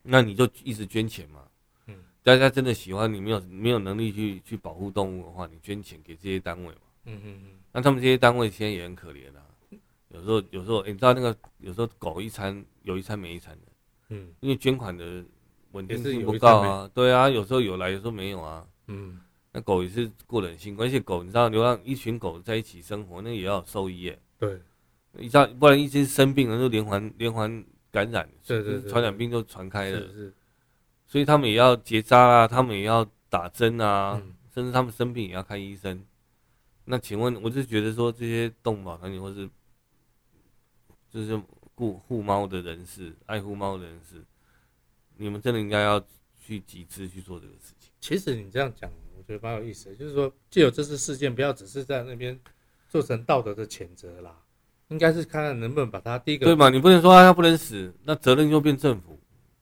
那你就一直捐钱嘛。嗯大家真的喜欢你，没有没有能力去去保护动物的话，你捐钱给这些单位嘛。嗯嗯嗯，那他们这些单位现在也很可怜啊，有时候有时候、诶你知道那个有时候狗一餐有一餐没一餐的，嗯因为捐款的稳定也是性有不一高餐没啊。对啊，有时候有来，有时候没有啊。嗯，那狗也是过得很辛苦，而且狗你知道，流浪一群狗在一起生活，那也要有兽医耶。对，你知道，不然一只生病了就连环连环感染，对对对传染病就传开了是。是，所以他们也要结扎啊，他们也要打针啊，嗯甚至他们生病也要看医生。那请问，我就觉得说这些动保团体或是就是护护猫的人士、爱护猫的人士，你们真的应该要去集资去做这个事情。其实你这样讲，我觉得蛮有意思的，就是说借由这次事件，不要只是在那边做成道德的谴责啦，应该是看看能不能把它第一个对嘛？你不能说啊它不能死，那责任就变政府。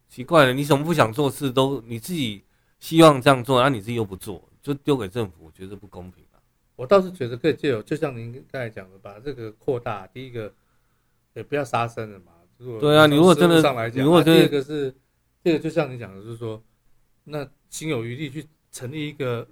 奇怪了，你怎么不想做事都你自己希望这样做，然、后你自己又不做，就丢给政府，我觉得不公平啊。我倒是觉得可以借由，就像您刚才讲的，把这个扩大。第一个，也不要杀生了嘛。如果对啊你如果真从食的物上来讲，你如果啊真的第二个是，第二个就像你讲的，就是说，那心有余力去成立一个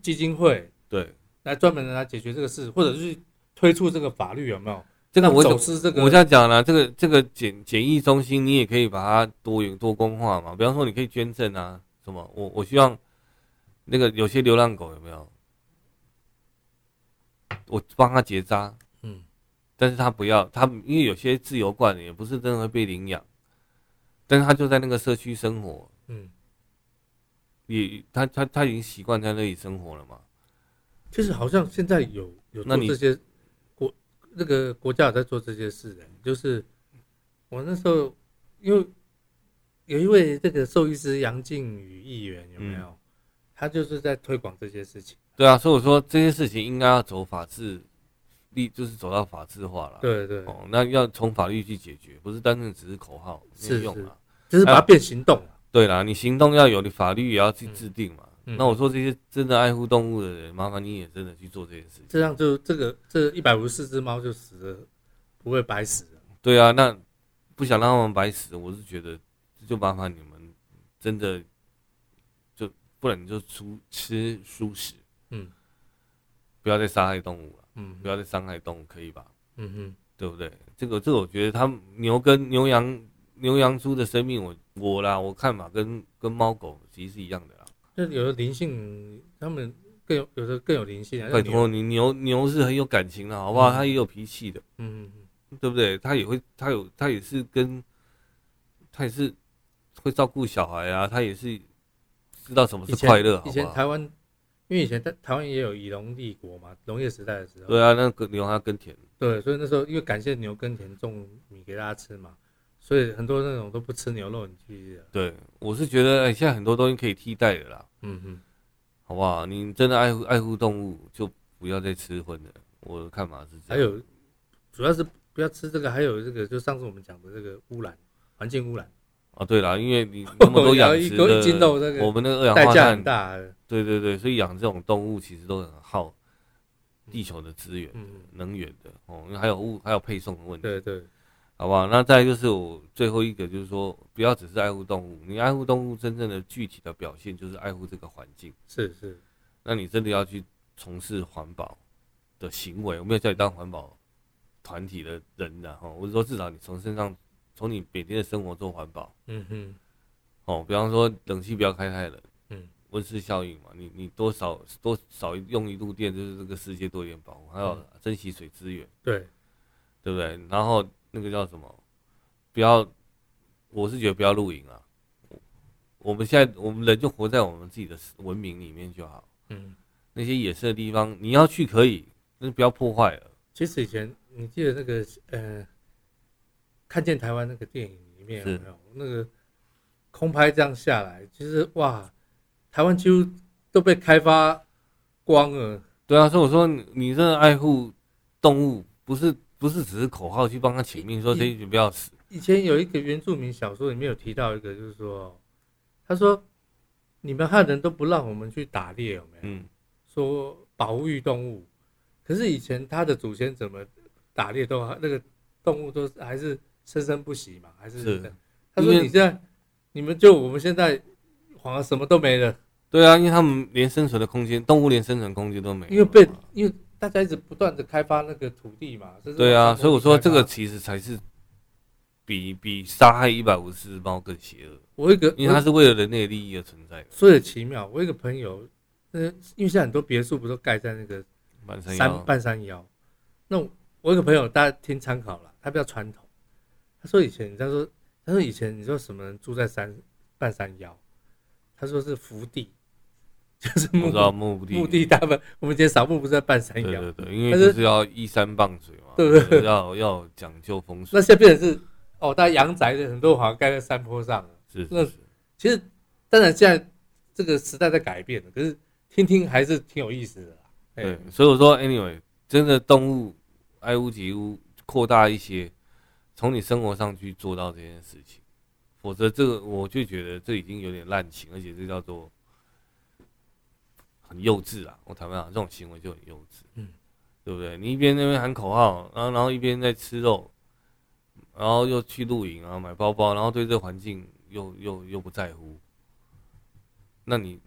基金会，对，来专门来解决这个事，或者是推出这个法律，有没有？这个让我走私这个，我这样讲啦，这个这个检检疫中心，你也可以把它多元多工化嘛。比方说，你可以捐赠啊，什么？我我希望那个有些流浪狗有没有？我帮他结扎，嗯，但是他不要他，因为有些自由惯的也不是真的会被领养，但是他就在那个社区生活，嗯，也他他他已经习惯在那里生活了嘛。其实好像现在有有那做你这些国那个国家有在做这些事的，就是我那时候因为有一位这个兽医师杨靖宇议员有没嗯有？他就是在推广这些事情。对啊，所以我说这些事情应该要走法治立，就是走到法治化了。对对，哦，那要从法律去解决，不是单纯只是口号没有是用是啊。就是把它变行动了。对啦，你行动要有，你法律也要去制定嘛。嗯那我说这些真的爱护动物的人，麻烦你也真的去做这件事情。这样就这个这一百五十四只猫就死了，不会白死了。对啊，那不想让他们白死，我是觉得就麻烦你们真的就不然你就出吃素食，嗯不要再杀害动物了，嗯不要再伤害动物，可以吧？嗯嗯，对不对？这个这个，我觉得他们牛跟牛羊牛羊猪的生命我，我啦，我看法跟跟猫狗其实是一样的啦。就有的灵性，他们更有有的更有灵性啊。拜像牛，托你牛牛是很有感情的，好不好？嗯它也有脾气的，嗯嗯嗯对不对？它也会，它有，它也是跟，它也是会照顾小孩啊，它也是知道什么以是前快乐，好以不前好？台湾，因为以前在台湾也有以农立国嘛，农业时代的时候，对啊，那个牛它更甜，对，所以那时候因为感谢牛耕田种米给大家吃嘛，所以很多那种都不吃牛肉，你记不记得？对我是觉得、哎现在很多东西可以替代的啦，嗯嗯，好不好？你真的爱护爱护动物，就不要再吃荤的。我的看法是这还样。有主要是不要吃这个，还有这个就上次我们讲的这个污染，环境污染，哦，对了，因为 你那么多养一殖公一斤肉的，那个我们那个二氧代化价很碳，大的。对对对，所以养这种动物其实都很耗地球的资源、嗯，能源的哦，因为还有物还有配送的问题，对对，好不好？那再来就是我最后一个就是说，不要只是爱护动物，你爱护动物真正的具体的表现就是爱护这个环境，是是，那你真的要去从事环保的行为，我没有叫你当环保团体的人的、啊、哦，我是说至少你从身上从你每天的生活做环保。嗯哼，哦，比方说冷气不要开太冷，嗯，温室效应嘛，你你多少多少用一度电，就是这个世界多一点保护，还有嗯珍惜水资源，对，对不对？然后那个叫什么，不要，我是觉得不要露营啊。我我们现在我们人就活在我们自己的文明里面就好，嗯，那些野生的地方你要去可以，但是不要破坏了。其实以前你记得那个呃，看见台湾那个电影里面有是没有那个空拍这样下来，其实哇，台湾几乎都被开发光了，对啊，所以我说你你这爱护动物，不是不是只是口号去帮它请命，说一这一群不要死。以前有一个原住民小说里面有提到一个，就是说，他说你们汉人都不让我们去打猎，有没有？嗯，说保护育动物，可是以前他的祖先怎么打猎都那个动物都还是生生不息嘛，还是是他说因为你现在你们就我们现在好像什么都没了，对啊，因为他们连生存的空间，动物连生存空间都没有。因为被因为大家一直不断的开发那个土地嘛，这是对啊，往上所以我说哦开发这个其实才是比比杀害一百五十只猫更邪恶，我有一个因为它是为了人类利益而存在的。说的奇妙，我有一个朋友，呃，因为现在很多别墅不都盖在那个半山山腰，半山腰。那我我有个朋友，大家听参考了，他比较传统。他说以前，他说他说以前你说什么人住在山半山腰？他说是福地，就是我墓知道目的墓地大部分我们以前扫墓不是在半山对腰，对对，因为但是就是要依山傍水嘛，对对对要要讲究风水那，现在变成是哦，大家洋宅的很多好像盖在山坡上了。是那是是，其实当然现在这个时代在改变了，可是听听还是挺有意思的啦。哎对，所以我说，anyway，真的动物爱屋及乌，扩大一些，从你生活上去做到这件事情，否则这个我就觉得这已经有点滥情，而且这叫做很幼稚啊！我坦白讲，这种行为就很幼稚，嗯，对不对？你一边那边喊口号，然后然后一边在吃肉，然后又去露营啊，买包包，然后对这环境又又又不在乎，那你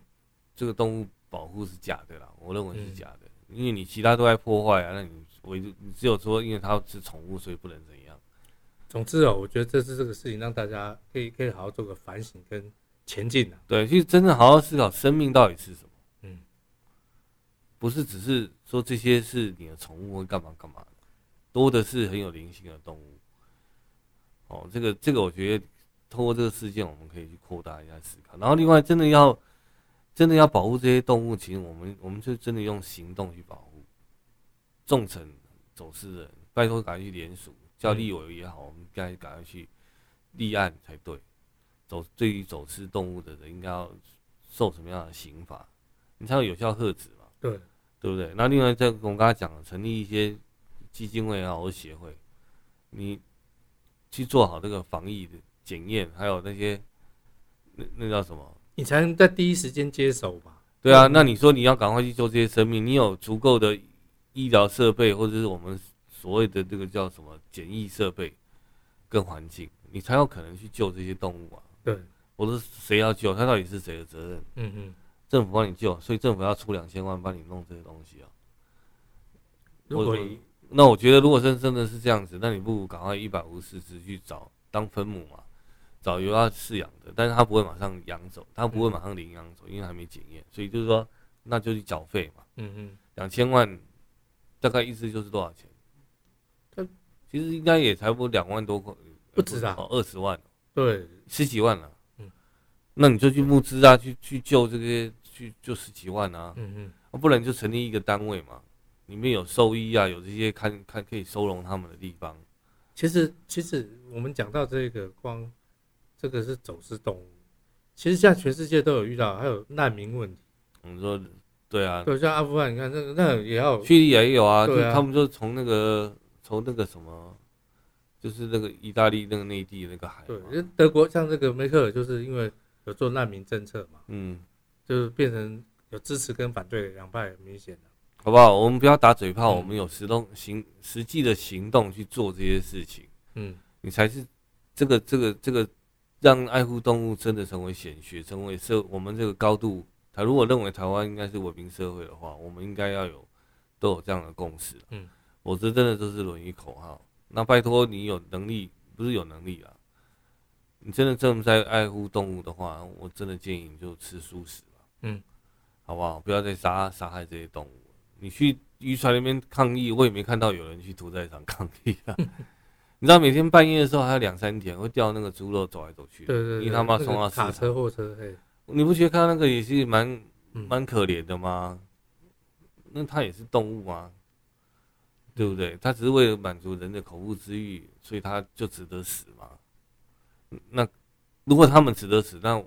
这个动物保护是假的啦，我认为是嗯假的，因为你其他都在破坏啊，那你唯独你只有说，因为它是宠物，所以不能怎样。总之哦，我觉得这次这个事情让大家可以可以好好做个反省跟前进啊。对，去真的好好思考生命到底是什么。嗯，不是只是说这些是你的宠物会干嘛干嘛的，多的是很有灵性的动物。哦，这个这个我觉得通过这个事件，我们可以去扩大一下思考。然后另外真的要真的要保护这些动物，其实我们我们就真的用行动去保护。重惩走私人，拜托赶快去联署，叫嗯立委也好，我们该赶快去立案才对。走对于走私动物的人，应该要受什么样的刑罚，你才有有效遏止嘛？对，对不对？那另外再我们刚才讲了，成立一些基金会也好，或协会，你去做好这个防疫的检验，还有那些那那叫什么？你才能在第一时间接手吧？对啊，那你说你要赶快去救这些生命，你有足够的医疗设备，或者是我们所谓的这个叫什么检疫设备跟环境，你才有可能去救这些动物啊。对，我说谁要救，他到底是谁的责任？嗯嗯。政府帮你救，所以政府要出两千万帮你弄这些东西啊。如果我那我觉得，如果真真的是这样子，那你不如赶快一百五十只去找当分母嘛，找有要饲养的，但是他不会马上养走，他不会嗯马上领养走，因为还没检验，所以就是说，那就去缴费嘛，嗯嗯，两千万，大概一只就是多少钱？它其实应该也才不两万多块，不止啊哦，二十万，对，十几万了、嗯那你就去募资啊，去去救这些，去救十几万啊，嗯嗯啊不然就成立一个单位嘛，里面有兽医啊，有这些看看可以收容他们的地方。其实其实我们讲到这个光，这个是走私动物，其实现在全世界都有遇到，还有难民问题，我们说，对啊，就像阿富汗，你看那个那也要叙利亚也有啊，就对啊他们就从那个从那个什么，就是那个意大利那个内地那个海对，嘛因，为德国像这个梅克尔就是因为有做难民政策嘛，嗯，就是变成有支持跟反对两派很明显的，好不好？我们不要打嘴炮，嗯我们有实动行实际的行动去做这些事情，嗯，你才是这个这个这个让爱护动物真的成为显学，成为社我们这个高度。他如果认为台湾应该是文明社会的话，我们应该要有都有这样的共识。嗯，我这真的都是轮于口号。那拜托你有能力，不是有能力啦，你真的这么在爱护动物的话，我真的建议你就吃素食吧。嗯，好不好？不要再杀杀害这些动物。你去渔船那边抗议，我也没看到有人去屠宰场 抗议 啊。你知道每天半夜的时候还有两三点会掉那个猪肉走来走去，对对对，你他妈那个送到市卡场车货车，嘿，你不觉得看到那个也是蛮嗯蛮可怜的吗？那它也是动物啊，对不对？它只是为了满足人的口腹之欲，所以它就值得死嘛。那如果他们值得死，那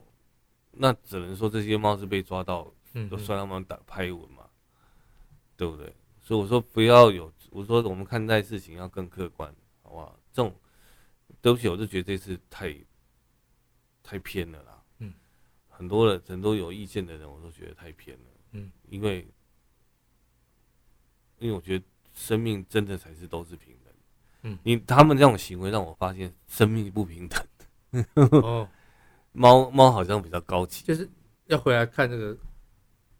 那只能说这些猫是被抓到，嗯，就嗯算他们打拍文嘛，对不对？所以我说不要有，我说我们看待事情要更客观，好不好？这种对不起，我就觉得这次太太偏了啦。嗯，很多人很多有意见的人，我都觉得太偏了。嗯，因为因为我觉得生命真的才是都是平等。嗯你他们这种行为让我发现生命不平等。哦，猫猫好像比较高级，就是要回来看这个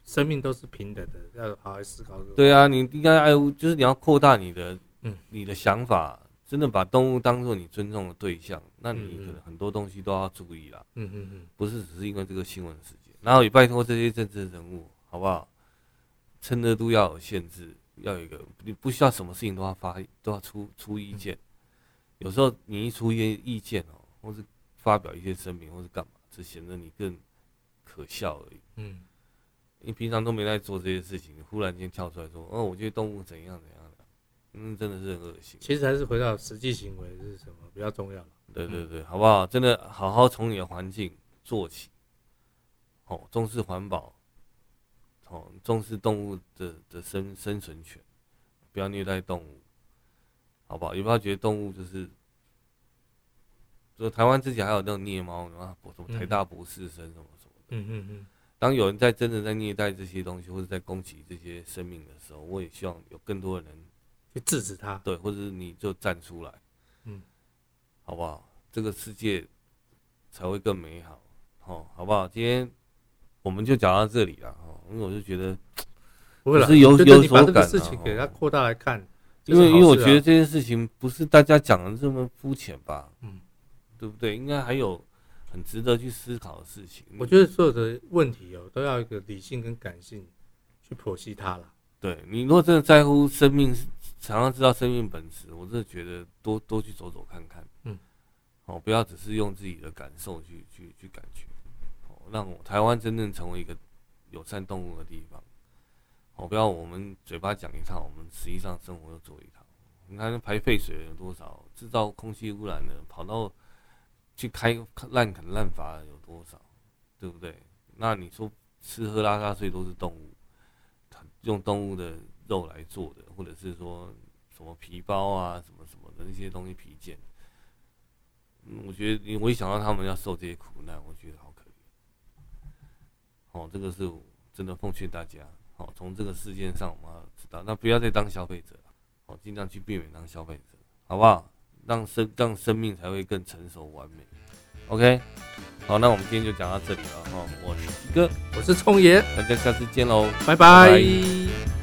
生命都是平等的，要好好思考这个。对啊，你应该爱护，就是你要扩大你的，嗯你的想法，真的把动物当做你尊重的对象，那你嗯嗯可能很多东西都要注意啦，嗯嗯嗯，不是只是因为这个新闻事件。然后也拜托这些政治人物，好不好？趁热度要有限制，要有一个，你不需要什么事情都要发，都要出出意见。有时候你一出一些意见哦，或是发表一些声明，或是干嘛，只显得你更可笑而已。嗯，你平常都没在做这些事情，忽然间跳出来说，哦，我觉得动物怎样怎样的，嗯，真的是很恶心。其实还是回到实际行为是什么比较重要。对对对，好不好？真的好好从你的环境做起，哦，重视环保，哦，重视动物的的生生存权，不要虐待动物，好不好？也不要觉得动物就是，就台湾之前还有那种虐猫，然后什么台大博士生什么什么。嗯嗯嗯，当有人在真的在虐待这些东西，或者在攻击这些生命的时候，我也希望有更多的人去制止他。对，或者是你就站出来，嗯，好不好？这个世界才会更美好，哦，好不好？今天我们就讲到这里了，哦，因为我就觉得，不会啦就是有就是有你把这所个感啊事情给他哦扩大来看，因啊为、因为我觉得得这件事情不是大家讲的这么肤浅吧，嗯，对不对？应该还有很值得去思考的事情。我觉得所有的问题哦，都要一个理性跟感性去剖析它啦。对你如果真的在乎生命，想要知道生命本质，我真的觉得多多去走走看看，嗯，哦，不要只是用自己的感受去去去感觉，哦，让我台湾真正成为一个友善动物的地方。哦，不要我们嘴巴讲一套，我们实际上生活又做一套。你看排废水有多少，制造空气污染的，跑到去开滥砍滥伐的有多少，对不对？那你说吃喝拉撒睡都是动物，它用动物的肉来做的，或者是说什么皮包啊，什么什么的那些东西皮件。嗯我觉得，我一想到他们要受这些苦难，我觉得好可怜。哦，这个是我真的奉劝大家，哦，从这个事件上我们要知道，那不要再当消费者了，哦，尽量去避免当消费者，好不好？让生让生命才会更成熟完美。OK，好，那我们今天就讲到这里了哈、哦，我是鸡哥，我是冲爷，大家下次见喽。拜拜拜